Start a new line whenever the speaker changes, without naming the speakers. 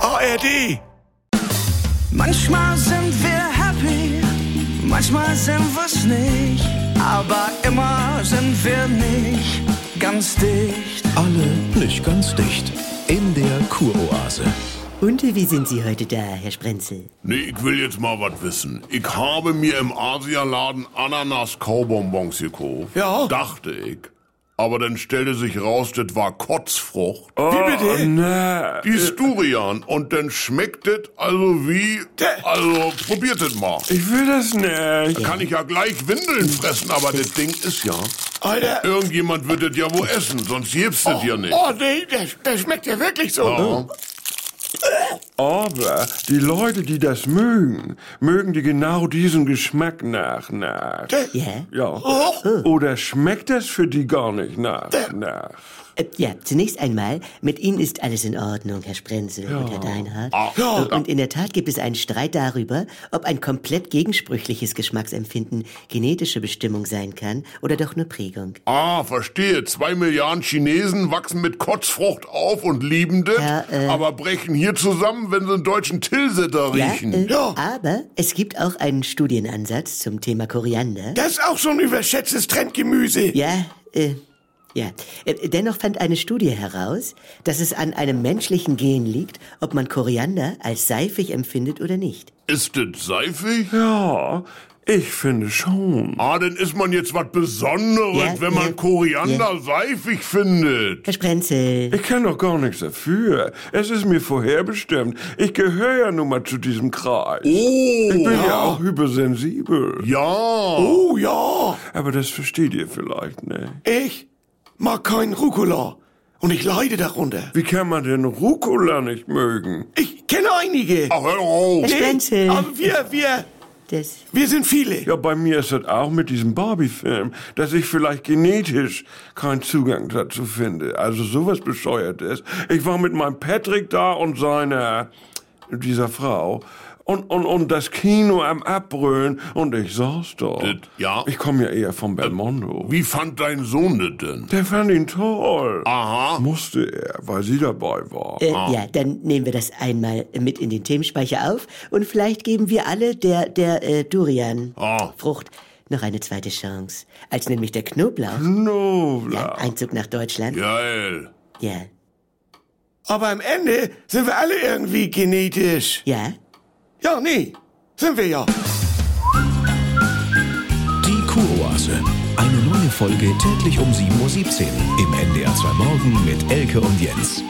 ARD.
Manchmal sind wir happy, manchmal sind wir's nicht, aber immer sind wir nicht ganz dicht.
Alle nicht ganz dicht. In der Kuroase.
Und wie sind Sie heute da, Herr Sprenzel?
Nee, ich will jetzt mal was wissen. Ich habe mir im Asialaden Ananas-Kaubonbons gekauft.
Ja.
Dachte ich. Aber dann stellte sich raus, das war Kotzfrucht.
Wie
Oh,
bitte?
Die
äh.
ist Durian. Und dann schmeckt das also wie... Also, probiert das mal.
Ich will das nicht.
Kann ich ja gleich Windeln fressen, aber das Ding ist ja...
Alter.
Irgendjemand wird das ja wohl essen, sonst gibt's das ja äh, nicht.
Oh, nee, das, das schmeckt ja wirklich so.
Ja.
Aber die Leute, die das mögen, mögen die genau diesen Geschmack nach, nach.
Ja?
Ja.
Oh.
Hm. Oder schmeckt das für die gar nicht nach, nach?
Äh, Ja, zunächst einmal, mit Ihnen ist alles in Ordnung, Herr Sprenzel und Herr Deinhardt.
Ah, ja.
Äh, Und in der Tat gibt es einen Streit darüber, ob ein komplett gegensprüchliches Geschmacksempfinden genetische Bestimmung sein kann oder doch nur Prägung.
Ah, verstehe. Zwei Milliarden Chinesen wachsen mit Kotzfrucht auf und lieben das,
Ja, äh.
aber brechen hier zusammen, wenn sie einen deutschen Tilsiter riechen.
äh, Aber es gibt auch einen Studienansatz zum Thema Koriander.
Das ist auch so ein überschätztes Trendgemüse.
Ja, äh, ja. Äh, Dennoch fand eine Studie heraus, dass es an einem menschlichen Gen liegt, ob man Koriander als seifig empfindet oder nicht.
Ist das seifig?
Ja, ich finde schon.
Ah, dann ist man jetzt was Besonderes,
Ja,
wenn man
ja,
Koriander seifig findet.
Herr Sprenzel.
Ich kann doch gar nichts dafür. Es ist mir vorherbestimmt. Ich gehöre ja nun mal zu diesem Kreis. ich bin ja, auch hypersensibel.
Ja.
Oh ja,
Aber das versteht ihr vielleicht nicht.
ich mag keinen Rucola. Und ich leide darunter.
Wie kann man denn Rucola nicht mögen?
Ich kenne einige.
Ach, hör doch auf.
Herr Sprenzel.
Aber wir, wir,
Das,
wir sind viele.
Ja, bei mir ist das auch mit diesem Barbie-Film, dass ich vielleicht genetisch keinen Zugang dazu finde. Also sowas Bescheuertes. Ich war mit meinem Patrick da und seiner, dieser Frau. Und, und, und das Kino am Abbrüllen und ich saß dort.
Das- ja.
Ich komme ja eher vom Belmondo.
Wie fand dein Sohn das denn?
Der fand ihn toll.
Aha.
Musste er, weil sie dabei war.
äh, ja, dann nehmen wir das einmal mit in den Themenspeicher auf und vielleicht geben wir alle der, der äh, Durian
Ah.
Frucht noch eine zweite Chance. Als nämlich der Knoblauch ja,
Knoblauch.
Einzug nach Deutschland.
Geil.
Ja.
Aber am Ende sind wir alle irgendwie genetisch.
Ja.
Ja, nee, sind wir ja.
Die Kuroase. Eine neue Folge täglich um 7.17 Uhr im NDR 2 Morgen mit Elke und Jens.